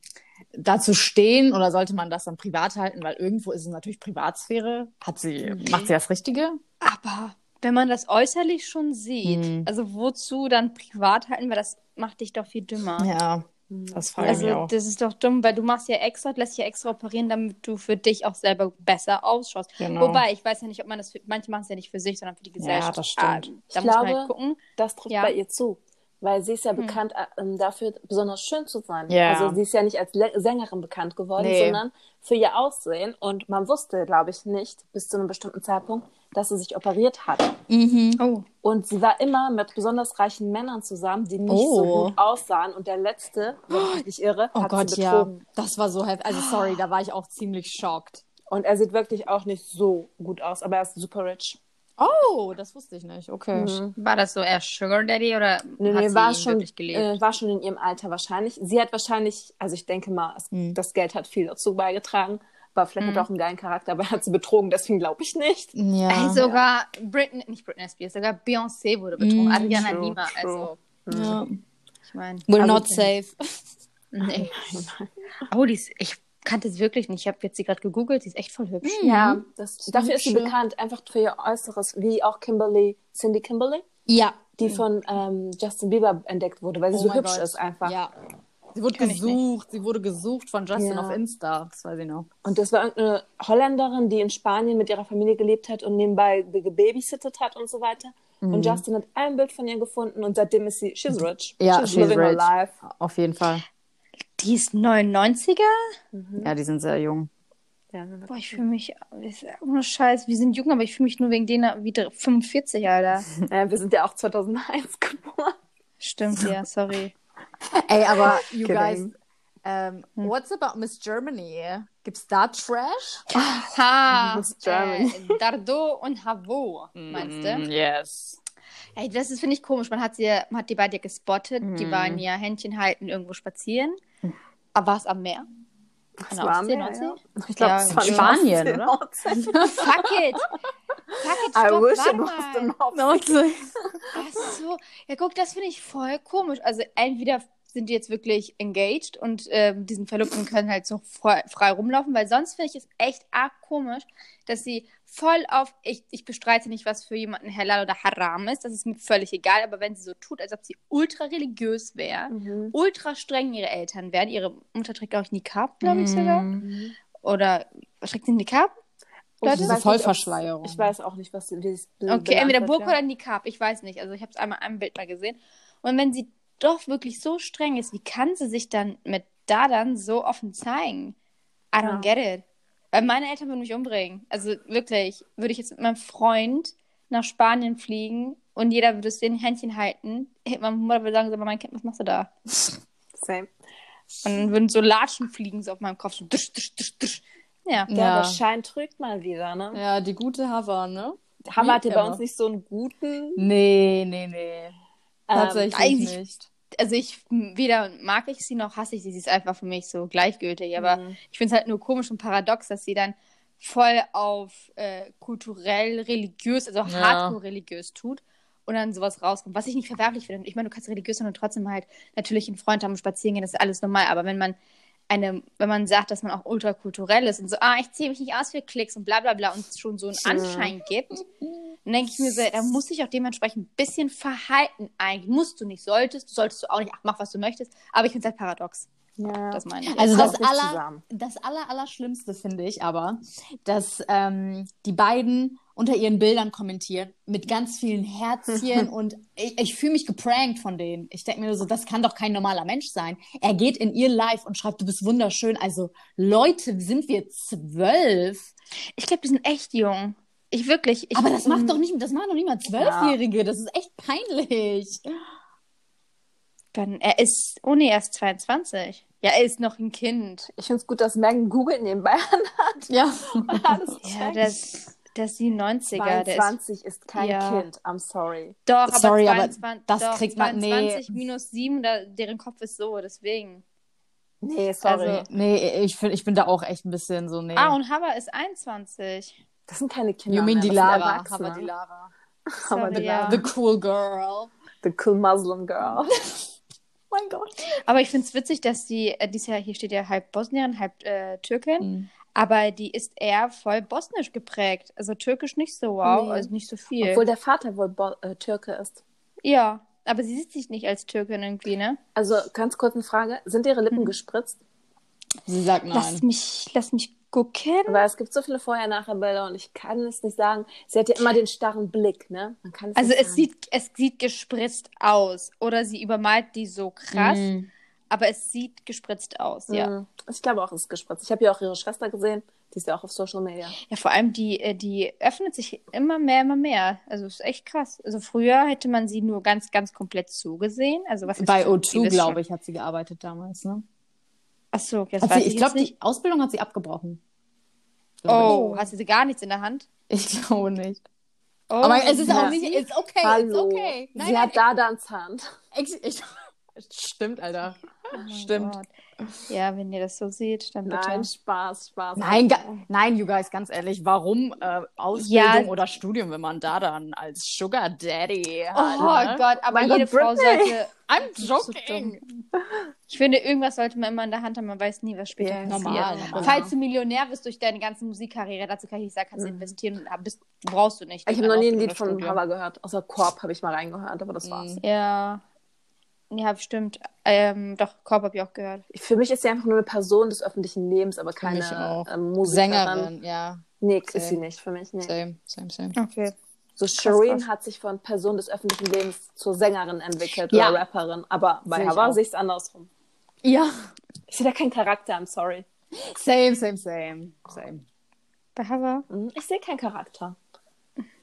B: dazu stehen oder sollte man das dann privat halten? Weil irgendwo ist es natürlich Privatsphäre. Hat sie,
A: Mhm.
B: macht sie das Richtige?
C: Aber wenn man das äußerlich schon sieht,
B: Hm.
C: also wozu dann privat halten, weil das macht dich doch viel dümmer.
B: Ja, genau. das frage ich mich
C: Also
B: auch.
C: das ist doch dumm, weil du machst ja extra, lässt dich ja extra operieren, damit du für dich auch selber besser ausschaust.
B: Genau.
C: Wobei, ich weiß ja nicht, ob man das, für, manche machen es ja nicht für sich, sondern für die Gesellschaft.
B: das stimmt.
C: Ah, da
A: Ich
C: muss man
A: glaube-
C: halt gucken.
A: Das trifft
C: Ja.
A: bei ihr zu. Weil sie ist ja bekannt ähm, dafür, besonders schön zu sein.
B: Hm. Ja.
A: Also sie ist ja nicht als Le Sängerin bekannt geworden,
B: Nee.
A: sondern für ihr Aussehen. Und man wusste, glaube ich, nicht bis zu einem bestimmten Zeitpunkt, dass sie sich operiert hat.
B: Mhm.
C: Oh.
A: Und sie war immer mit besonders reichen Männern zusammen, die nicht
B: Oh.
A: so gut aussahen. Und der letzte, wenn ich mich nicht irre,
B: Oh
A: hat
B: Gott,
A: sie
B: ja.
A: betrogen.
B: Das war so heftig. Also sorry, da war ich auch ziemlich schockt.
A: Und er sieht wirklich auch nicht so gut aus, aber er ist super rich.
B: Oh, das wusste ich nicht. Okay.
C: War das so eher Sugar Daddy oder
A: Nee,
C: hat
A: nee,
C: sie
A: war
C: ihn
A: schon,
C: wirklich gelebt?
A: äh, war schon in ihrem Alter wahrscheinlich. Sie hat wahrscheinlich, also ich denke mal, es,
C: Hm.
A: das Geld hat viel dazu beigetragen, aber vielleicht hat er auch einen geilen Charakter, aber er hat sie betrogen, deswegen glaube ich nicht.
C: Hm.
B: Ja.
C: Ey, sogar Britney, nicht Britney Spears, sogar Beyoncé wurde betrogen.
B: Mm,
C: Adriana
A: true,
C: Lima,
A: true.
C: also
B: ja.
C: ich meine.
B: We're
A: Also-
B: not safe.
C: Nee. Oh, die ist, ich kannte sie wirklich nicht. Ich habe jetzt sie gerade gegoogelt, sie ist echt voll hübsch. Mhm.
A: Ja, das, dafür ist sie
B: hübsche-
A: bekannt, einfach für ihr Äußeres, wie auch Kimberly, Cindy Kimberly,
B: Ja.
A: die von ähm, Justin Bieber entdeckt wurde, weil sie
B: Hm. Oh
A: so
B: mein
A: hübsch
B: Gott.
A: ist einfach.
B: Ja. Sie wurde
C: Kenn ich
B: gesucht. Sie wurde gesucht von Justin
A: Ja.
B: auf Insta. Das weiß ich noch.
A: Und das war irgendeine Holländerin, die in Spanien mit ihrer Familie gelebt hat und nebenbei gebabysittet hat und so weiter.
C: Hm.
A: Und Justin hat ein Bild von ihr gefunden und seitdem ist sie, she's rich.
B: Ja,
A: she's,
B: she's
A: living her
B: rich.
A: life.
B: Auf jeden Fall.
C: Die ist 99er?
B: Ja, die sind sehr jung.
A: Ja,
B: genau.
C: Boah, ich fühle mich, ist ja ohne Scheiß, wir sind jung, aber ich fühle mich nur wegen denen wie dr- 45, Alter.
A: Äh, wir sind ja auch 2001 geboren.
C: Stimmt, ja, sorry.
B: Ey, aber you
A: Kidding.
B: guys, ähm, what's about Miss Germany? Gibt's da Trash?
C: Ha!
A: Miss Germany.
C: Äh, Dardot und Havo, meinst
B: Mm,
C: du?
B: yes.
C: Ey, das ist, finde ich, komisch. Man hat, sie, man hat die beiden ja gespottet. Die waren
A: Mhm.
C: ja Händchen halten, irgendwo spazieren. Aber war es am Meer? An der Ostsee,
A: mehr,
C: Nordsee?
A: Mhm. ja. Ich glaube,
C: Genau, Ja,
A: es war
B: in Spanien,
A: Nordsee,
B: oder?
A: Nordsee.
C: Fuck it! Fuck it,
A: I
C: stopp,
A: wish
C: warte
A: it was the
C: mal.
A: Nordsee.
C: Ach so. Ja, guck, das finde ich voll komisch. Also entweder sind die jetzt wirklich engaged und ähm, diesen Verlobten können halt so frei, frei rumlaufen, weil sonst finde ich es echt arg komisch, dass sie voll auf, ich, ich bestreite nicht, was für jemanden halal oder haram ist, das ist mir völlig egal, aber wenn sie so tut, als ob sie ultra religiös wäre,
A: Mhm.
C: ultra streng ihre Eltern wären, ihre Mutter trägt auch Nikab, glaube ich sogar, oder trägt sie Nikab?
A: Ich
C: Leute?
A: weiß
B: Diese
A: nicht, ob-
B: Vollverschleierung.
A: Ich weiß auch nicht, was sie dieses
C: Okay, entweder Burka oder Nikab, ich weiß nicht. Also ich habe es einmal einem Bild mal gesehen. Und wenn sie doch wirklich so streng ist, wie kann sie sich dann mit Dadan so offen zeigen? I don't get it. Weil meine Eltern würden mich umbringen. Also wirklich, würde ich jetzt mit meinem Freund nach Spanien fliegen und jeder würde es den Händchen halten. Hey, Meine Mutter würde sagen, sag mal, mein Kind, was machst du da?
A: Same.
C: Und dann würden so Latschen fliegen so auf meinem Kopf. So dusch, dusch, dusch, dusch. Ja.
A: Ja, der Schein trügt mal wieder, ne?
B: ja, die gute Hava, ne?
A: Hammer
B: Wie
A: hatte bei
B: immer.
A: uns nicht so einen guten. ähm,
B: Nee, nee, nee. Tatsächlich
C: eigentlich-
B: nicht.
C: Also ich, weder mag ich sie noch hasse ich sie. Sie ist einfach für mich so gleichgültig. Aber
A: Mhm.
C: Ich finde es halt nur komisch und paradox, dass sie dann voll auf äh, kulturell, religiös, also hardcore religiös tut und dann sowas rauskommt, was ich nicht verwerflich finde. Ich meine, du kannst religiös sein und trotzdem halt natürlich einen Freund haben, spazieren gehen, das ist alles normal. Aber wenn man eine, wenn man sagt, dass man auch ultrakulturell ist und so, ah, ich ziehe mich nicht aus für Klicks und bla bla bla und schon so einen Anschein gibt, dann denke ich mir so, da muss ich auch dementsprechend ein bisschen verhalten eigentlich. Musst du nicht, solltest, solltest du auch nicht, ach, mach, was du möchtest. Aber ich finde es halt paradox.
A: Ja.
C: Das meine ich.
B: Also
A: kommt
B: das
A: nicht
B: aller,
A: zusammen.
B: das aller, Allerschlimmste finde ich aber, dass ähm, die beiden unter ihren Bildern kommentieren mit ganz vielen Herzchen und ich, ich fühle mich geprankt von denen. Ich denke mir so, das kann doch kein normaler Mensch sein. Er geht in ihr live und schreibt, du bist wunderschön. Also Leute, sind wir zwölf?
C: Ich glaube, die sind echt jung. Ich wirklich. Ich,
B: Aber das macht doch nicht, das machen doch nicht mal Zwölfjährige. Das ist echt peinlich.
C: Dann, er ist ohne erst 22. Ja, er ist noch ein Kind.
A: Ich finde es gut, dass Megan Google nebenbei
B: Ja.
A: alles
C: Ja,
A: checkt.
C: das, das ist die 90er. Der ist,
A: 22 ist kein
C: Ja.
A: Kind, I'm sorry.
C: doch, aber
B: Sorry, aber
C: 22,
B: das
C: doch,
B: kriegt man- nee.
C: 22 minus 7, da, deren Kopf ist so, deswegen.
A: Nee, sorry.
C: Also-
B: Nee, ich, find, ich bin da auch echt ein bisschen so, nee.
C: Ah, und Hava ist 21.
A: das sind keine Kinder.
B: you mean
A: mehr,
B: die
A: das sind
B: Lara.
A: Erwachsene.
B: Aber die Lara.
A: Aber
C: Sorry,
A: die
C: ja.
A: Lara.
B: The cool girl.
A: The cool Muslim girl.
B: mein Gott.
C: Aber ich finde es witzig, dass die, äh, die ist ja, hier steht ja halb Bosnierin, halb äh, Türkin, aber die ist eher voll bosnisch geprägt. Also türkisch nicht so, wow,
A: Nee.
C: also nicht so viel.
A: Obwohl der Vater wohl Bo äh, Türke ist.
C: ja, aber sie sieht sich nicht als Türkin irgendwie, ne?
A: Also ganz kurz eine Frage: Sind ihre
B: Mhm.
A: Lippen gespritzt?
B: Sie sagt
C: Lass
B: nein.
C: mich, lass mich gucken.
A: Weil es gibt so viele Vorher-Nachher-Bilder und ich kann es nicht sagen. Sie hat ja immer den starren Blick, ne? Man kann es
C: Also
A: nicht
C: es
A: sagen.
C: sieht, es sieht gespritzt aus. Oder sie übermalt die so krass,
B: Mhm.
C: aber es sieht gespritzt aus, ja.
A: Mhm. Ich glaube auch, es ist gespritzt. Ich habe ja auch ihre Schwester gesehen. Die ist ja auch auf Social Media.
C: Ja, vor allem die, äh, die öffnet sich immer mehr, immer mehr. Also ist echt krass. Also früher hätte man sie nur ganz, ganz komplett zugesehen. Also was
B: Bei O2, glaube ich, hat sie gearbeitet damals, ne?
C: Achso, das
B: Hat
C: weiß
B: sie,
C: ich,
B: ich
C: jetzt
B: glaube,
C: nicht.
B: die Ausbildung hat sie abgebrochen.
C: Oh, hast du sie gar nichts in der Hand?
B: Ich glaube nicht.
C: Oh,
B: Aber es ist
A: ja.
B: auch nicht, it's okay,
A: Hallo.
B: it's okay. Nein,
A: sie
B: nein,
A: hat da Dadans Hand.
B: ex, ich, stimmt, Alter.
C: mein
B: Stimmt.
C: oh Gott. Ja, wenn ihr das so seht, dann bitte.
A: Nein, Spaß, Spaß.
B: Nein, ga, nein, you guys, ganz ehrlich, warum äh, Ausbildung
C: Ja.
B: oder Studium, wenn man da dann als Sugar Daddy
C: Oh
B: hat? ne?
C: Gott, aber
A: Mein
C: jede
A: Gott,
C: Frau
A: Britney.
C: sollte
B: I'm
C: so
B: joking.
C: Ich finde, irgendwas sollte man immer in der Hand haben, man weiß nie, was später
A: Ja,
C: passiert.
B: normal, normal.
C: Falls du Millionär bist durch deine ganze Musikkarriere, dazu kann ich nicht sagen, kannst
B: Mhm.
C: du investieren, und bist, brauchst du nicht.
A: Ich habe noch nie ein Lied von
C: Studium.
A: Hava gehört. Außer Korb habe ich mal reingehört, aber das
B: Mhm.
A: war's.
C: Ja. Ja, stimmt. Ähm, doch, Korb habe ich auch gehört.
A: Für mich ist sie einfach nur eine Person des öffentlichen Lebens, aber keine
B: mich auch.
A: ähm, Musikerin.
B: Sängerin, ja,
A: Nee, ist
B: Same.
A: sie nicht für mich. Nee.
B: same, same, same.
C: Okay.
A: So Shireen hat sich von Person des öffentlichen Lebens zur Sängerin entwickelt
B: Ja.
A: oder Rapperin. Aber bei
B: Sehe ich
A: Hava
B: auch.
A: sehe ich es andersrum.
B: Ja,
A: Ich sehe da keinen Charakter, I'm sorry.
B: same, same, same, same.
C: Bei Hava?
A: Hm, Ich sehe keinen Charakter.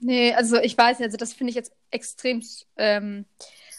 C: Nee, also ich weiß nicht, also das finde ich jetzt extrem ähm,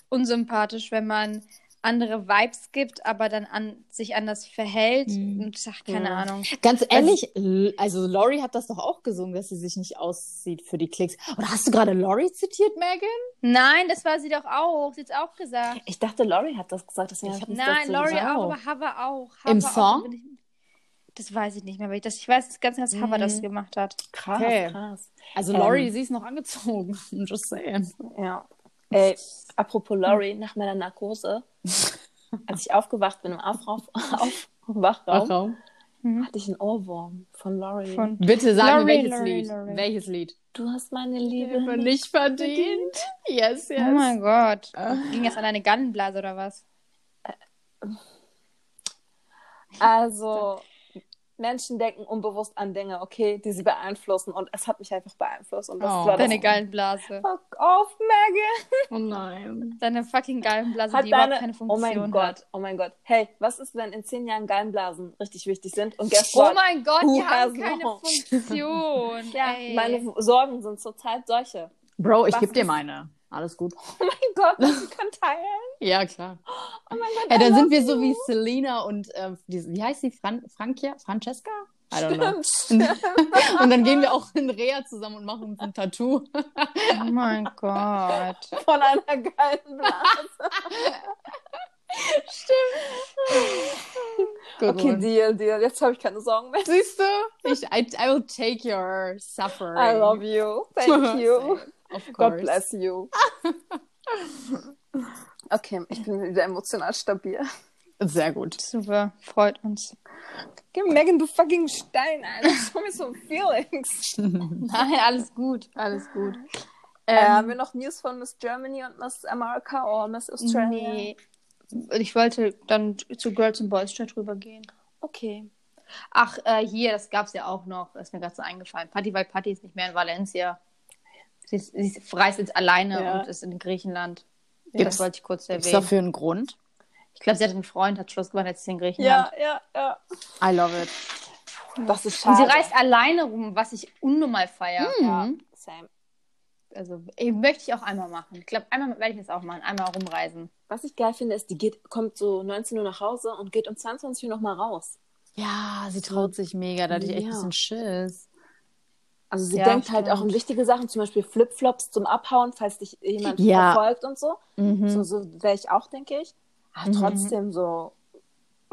C: unsympathisch, wenn man andere Vibes gibt, aber dann an, sich anders verhält.
B: Mhm.
C: Und ach, keine
A: Mhm.
C: Ahnung.
B: Ganz ehrlich, L- also Laurie hat das doch auch gesungen, dass sie sich nicht aussieht für die Klicks. Oder hast du gerade Laurie zitiert, Megan?
C: Nein, das war sie doch auch. Sie hat auch gesagt.
A: Ich dachte, Laurie hat das gesagt. Deswegen
B: Ich
A: hab das
C: Nein,
A: dazu
C: Laurie
A: gesagt.
C: auch,
B: auch.
C: aber Hava auch. Hava
B: Im
C: auch,
B: Song?
C: da bin ich- Das weiß ich nicht mehr, aber ich, das, ich weiß ganz, ganz, dass Hava
B: Mhm.
C: das gemacht hat.
A: Krass,
B: Okay.
A: krass.
B: Also
A: Ähm.
B: Laurie, sie ist noch angezogen. I'm just saying.
A: Ja. Ey, apropos Laurie,
B: Hm.
A: nach meiner Narkose, als ich aufgewacht bin im Aufrauf, auf, Wachraum,
B: Warum?
A: hatte ich einen Ohrwurm von
B: Mhm.
A: Laurie.
C: Von
B: Bitte sag
C: Laurie,
B: mir welches
C: Laurie,
B: Lied.
C: Laurie.
B: Welches Lied?
A: Du hast meine Liebe
B: Liebe
A: nicht.
B: nicht verdient. Yes, yes.
C: Oh mein Gott.
B: Ah.
C: Ging das an eine Gallenblase oder was?
A: Also, Menschen denken unbewusst an Dinge, okay, die sie beeinflussen. Und es hat mich einfach beeinflusst. Und das
B: Oh.
A: war das.
C: Deine Gallenblase.
A: Fuck off, Maggie.
B: oh nein.
C: Deine fucking Gallenblase,
A: Hat
C: Also die
A: deine...
C: überhaupt keine Funktion
A: oh mein
C: hat.
A: Gott, oh mein Gott. Hey, was ist, wenn in zehn Jahren Gallenblasen richtig wichtig sind? Und guess
C: Oh
A: what?
C: mein Gott,
A: Who
C: die haben
A: has
C: keine
A: no?
C: Funktion.
A: ja,
C: ey. Oh
A: meine Sorgen sind zurzeit solche.
B: Bro, ich
A: Was
B: geb dir
A: ist-
B: meine. Alles gut.
A: Mein Gott, ich kann teilen.
B: Ja, klar.
A: Oh mein Gott,
B: Ja,
A: I
B: dann
A: love
B: sind wir so wie Selena und äh, die, wie heißt sie? Fran Frankia? Francesca? I don't know.
A: Stimmt.
B: Und dann gehen wir auch in Rea zusammen und machen uns ein Tattoo.
C: Oh mein Gott.
A: Von einer geilen Blase. okay, deal, deal. Jetzt habe ich keine Sorgen mehr.
B: Siehst du? Ich, I, I will take your suffering.
A: I love you. Thank you.
B: Of course.
A: God bless you. Okay, ich bin wieder emotional stabil.
B: Sehr gut.
C: Super, freut uns.
A: Megan, du fucking Stein, Alter. Show me some feelings.
C: Nein, alles gut, alles gut. Ähm,
A: Äh, haben wir noch News von Miss Germany und Miss America oder Miss Australia?
C: Nee. Ich wollte dann zu Girls and Boys Chat rübergehen.
A: Okay.
C: Ach, äh, hier, das gab's ja auch noch. Das ist mir gerade so eingefallen. Patti, weil Patti ist nicht mehr in Valencia. Sie, ist, sie ist- reist jetzt alleine
A: Ja.
C: und ist in Griechenland.
B: Gibt's-
C: das wollte ich kurz
B: Ist
C: erwähnen.
B: dafür ein Grund?
C: Ich glaube, sie hat einen Freund, hat Schluss gemacht, jetzt ist sie in Griechenland.
A: Ja, ja, ja.
B: I love it.
A: Das ist
C: Und
A: schade.
C: sie reist alleine rum, was ich unnormal feiere.
A: Ja, same.
C: Also, eh, möchte ich auch einmal machen. Ich glaube, einmal werde ich das auch machen. Einmal rumreisen.
A: Was ich geil finde, ist, die geht, kommt so 19 Uhr nach Hause und geht um 22 Uhr nochmal raus.
B: Ja, sie traut sich mega. Da hatte ich echt ein
A: Ja.
B: bisschen Schiss.
A: Also sie
C: Ja,
A: denkt halt
C: stimmt.
A: auch an wichtige Sachen, zum Beispiel Flipflops zum Abhauen, falls dich jemand
B: Ja.
A: verfolgt und so.
B: Mhm.
A: So, so wäre ich auch, denke ich. Aber trotzdem so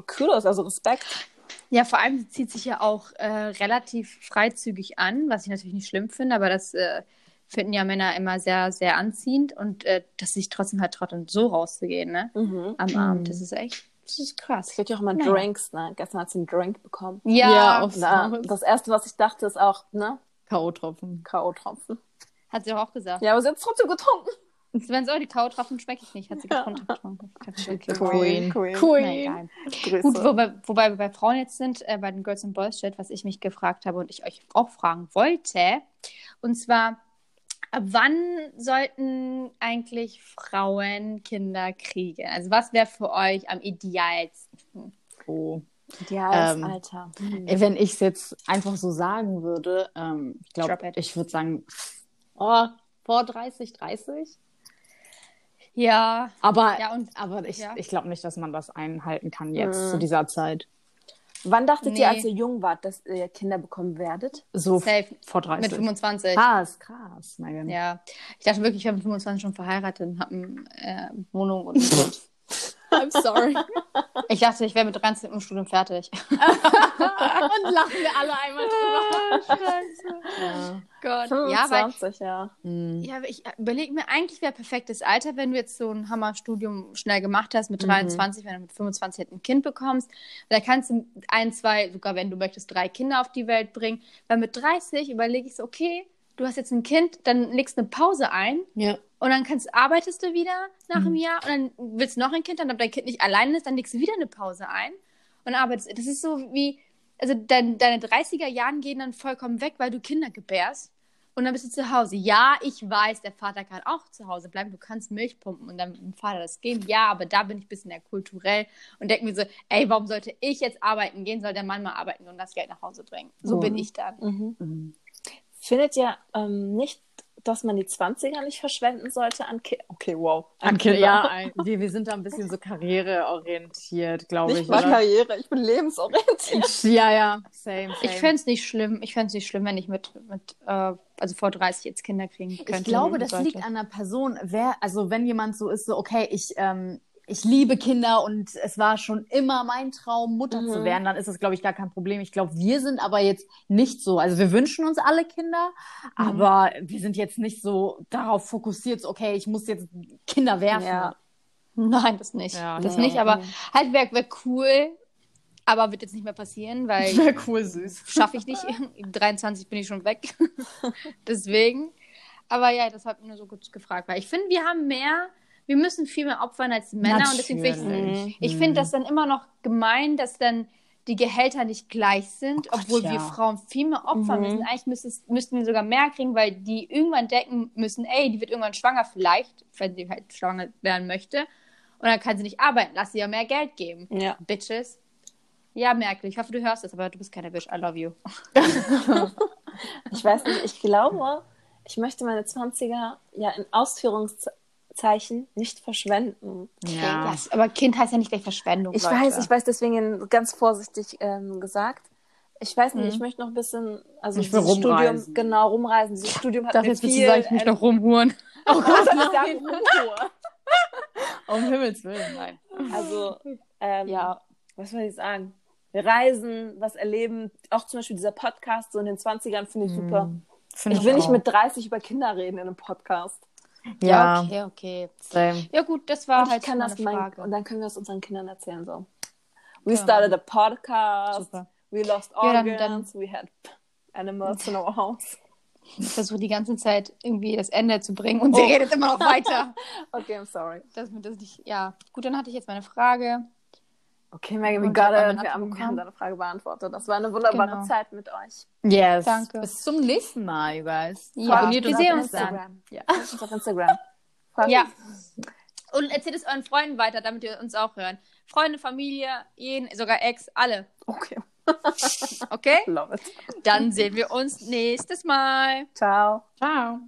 A: Kudos, also Respekt.
C: Ja, vor allem sie zieht sich ja auch äh, relativ freizügig an, was ich natürlich nicht schlimm finde, aber das äh, finden ja Männer immer sehr, sehr anziehend und äh, dass sie sich trotzdem halt traut, und so rauszugehen, ne?
A: Mhm.
C: Am Abend. Das ist echt, das ist
A: Es
C: krass.
A: gibt ja auch immer
C: Naja.
A: Drinks, ne? Gestern hat sie einen Drink bekommen.
C: Ja,
B: Ja, auf-
A: Na, das erste, was ich dachte, ist auch, ne?
B: K.O.-Tropfen.
A: K.O.-Tropfen.
C: hat sie doch auch gesagt.
A: Ja, aber sie hat es trotzdem getrunken.
C: Wenn es auch die Kautropfen schmecke ich nicht, hat sie getrunken.
B: Queen.
A: Queen.
C: Na, egal.
A: Grüße.
C: Gut, wobei, wobei wir bei Frauen jetzt sind, äh, bei den Girls and Boys Chat, was ich mich gefragt habe und ich euch auch fragen wollte. Und zwar, ab wann sollten eigentlich Frauen Kinder kriegen? Also was wäre für euch am idealsten?
B: Oh.
A: ja,
B: Ähm,
A: das Alter.
B: Ey, Wenn ich es jetzt einfach so sagen würde, ähm, ich
C: Drop
B: glaube,
C: it.
B: ich würde sagen, oh, vor 30, 30.
C: Ja,
B: Aber,
C: ja und
B: aber ich,
C: Ja.
B: ich glaube nicht, dass man das einhalten kann jetzt
A: Mhm.
B: zu dieser Zeit.
A: Wann dachtet
C: nee.
A: ihr, als ihr jung wart, dass ihr Kinder bekommen werdet?
B: So
C: safe
B: vor 30.
C: mit 25.
B: krass, krass. Megan.
C: Ja, ich dachte wirklich, ich bin mit 25 schon verheiratet und habe eine äh, Wohnung und
B: I'm sorry.
C: ich dachte, ich wäre mit 13 im Studium fertig.
B: Und lachen wir alle einmal drüber.
C: Gott.
A: Hm,
C: Ja, weil
A: 25, ja.
B: Mhm.
C: Ja, aber ich überlege mir, eigentlich wäre perfektes Alter, wenn du jetzt so ein Hammerstudium schnell gemacht hast mit
B: Mhm.
C: 23, wenn du mit 25 halt ein Kind bekommst. Da kannst du ein, zwei, sogar wenn du möchtest, drei Kinder auf die Welt bringen. Weil mit 30 überlege ich so, okay, du hast jetzt ein Kind, dann legst eine Pause ein
B: Ja.
C: und dann kannst, arbeitest du wieder nach einem Jahr und dann willst du noch ein Kind, dann ob dein Kind nicht alleine ist, dann legst du wieder eine Pause ein und arbeitest. Das ist so wie, also dein, deine 30er Jahren gehen dann vollkommen weg, weil du Kinder gebärst. und dann bist du zu Hause. Ja, ich weiß, der Vater kann auch zu Hause bleiben. Du kannst Milch pumpen und dann mit dem Vater das gehen. Ja, aber da bin ich ein bisschen eher kulturell und denke mir so, ey, warum sollte ich jetzt arbeiten gehen? Soll der Mann mal arbeiten und das Geld nach Hause bringen? So
B: Mhm.
C: bin ich dann.
A: Mhm.
B: Mhm.
A: Findet ihr ähm, nicht, dass man die 20er nicht verschwenden sollte an Kinder? Okay, wow. An
B: Okay,
A: Kinder.
B: ja, ein- wir, wir sind da ein bisschen so karriereorientiert, glaube
A: Nicht
B: ich.
A: mal
B: oder?
A: Karriere, ich bin lebensorientiert.
B: Ja, ja, same, same.
C: Ich fände es nicht schlimm. Ich fände es nicht schlimm, wenn ich mit, mit äh, also vor 30 jetzt Kinder kriegen könnte.
B: Ich glaube, das
C: sollte.
B: liegt an der Person. Wer, also wenn jemand so ist, so okay, ich, ähm, ich liebe Kinder und es war schon immer mein Traum, Mutter
A: Mhm.
B: zu werden, dann ist das, glaube ich, gar kein Problem. Ich glaube, wir sind aber jetzt nicht so. Also wir wünschen uns alle Kinder,
A: Mhm.
B: aber wir sind jetzt nicht so darauf fokussiert, so, okay, ich muss jetzt Kinder werfen.
A: Ja.
C: Nein, das nicht.
B: Ja,
C: das
B: nee.
C: nicht, aber halt wäre wär cool, aber wird jetzt nicht mehr passieren, weil
B: Wäre cool süß.
C: schaffe ich nicht. Im 23 bin ich schon weg. Deswegen. Aber ja, das hat nur so kurz gefragt. Weil ich finde, wir haben mehr, wir müssen viel mehr opfern als die Männer. Und deswegen finde ich,
B: Natürlich.
C: ich finde das dann immer noch gemein, dass dann die Gehälter nicht gleich sind,
B: Oh Gott,
C: obwohl
B: ja.
C: wir Frauen viel mehr
A: Mhm.
C: opfern müssen. Eigentlich müsste es- müssten wir sogar mehr kriegen, weil die irgendwann denken müssen, ey, die wird irgendwann schwanger vielleicht, wenn sie halt schwanger werden möchte. Und dann kann sie nicht arbeiten. Lass sie ja mehr Geld geben.
A: Ja.
C: Bitches. Ja, Merkel, ich hoffe, du hörst es, aber du bist keine Bitch. I love you.
A: Ich weiß nicht, ich glaube, ich möchte meine 20er ja in Ausführungszeichen nicht verschwenden.
B: Ja.
C: Ja, aber Kind heißt ja nicht gleich Verschwendung.
A: Ich
C: Leute.
A: weiß, ich weiß deswegen ganz vorsichtig ähm, gesagt. Ich weiß
C: Mhm.
A: nicht, ich möchte noch ein bisschen, also
B: Ich will
A: dieses
B: rumreisen.
A: Studium, genau, rumreisen. Dieses Studium hat
C: Darf
A: mir
C: jetzt bitte
A: viel,
C: sagen, ich möchte noch rumhuren.
A: oh Gott, ich sage Ruhe.
B: Um Himmels Willen, nein.
A: Also, ähm,
C: Ja.
A: was soll ich sagen? Wir reisen, was erleben. Auch zum Beispiel dieser Podcast so in den 20ern finde ich
C: Mhm.
A: super.
B: Find
A: Ich will nicht
B: auch.
A: mit 30 über Kinder reden in einem Podcast.
B: Ja,
C: okay, okay.
B: same.
C: Ja, gut, das war
A: und
C: halt
A: ich kann
C: meine
A: das mein,
C: Frage.
A: und dann können wir es unseren Kindern erzählen so. We
C: Genau.
A: started a podcast.
C: Super.
A: We lost
C: Ja, dann-
A: organs. we had animals in our house.
C: Ich versuche die ganze Zeit irgendwie das Ende zu bringen und sie redet immer noch weiter.
A: Okay, I'm sorry.
C: Dass mir Oh. das nicht, ja, gut, dann hatte ich jetzt meine Frage.
A: Okay, Megan, we
C: Und hab
A: got it.
C: eine
A: Wir haben,
C: Antwort
A: wir haben deine Frage beantwortet. Das war eine wunderbare
C: Genau.
A: Zeit mit euch.
B: Yes.
C: Danke.
B: Bis zum nächsten Mal, you guys.
C: Ja,
B: Abonniert
C: wir
B: uns
C: sehen
B: auf
C: uns dann.
B: Instagram.
A: Ja. Folgt uns auf Instagram. Folgt
C: Ja. Und erzählt es euren Freunden weiter, damit ihr uns auch hören. Freunde, Familie, jeden, sogar Ex, alle.
A: Okay,
C: Okay?
A: love it.
C: Dann sehen wir uns nächstes Mal.
A: Ciao.
B: Ciao.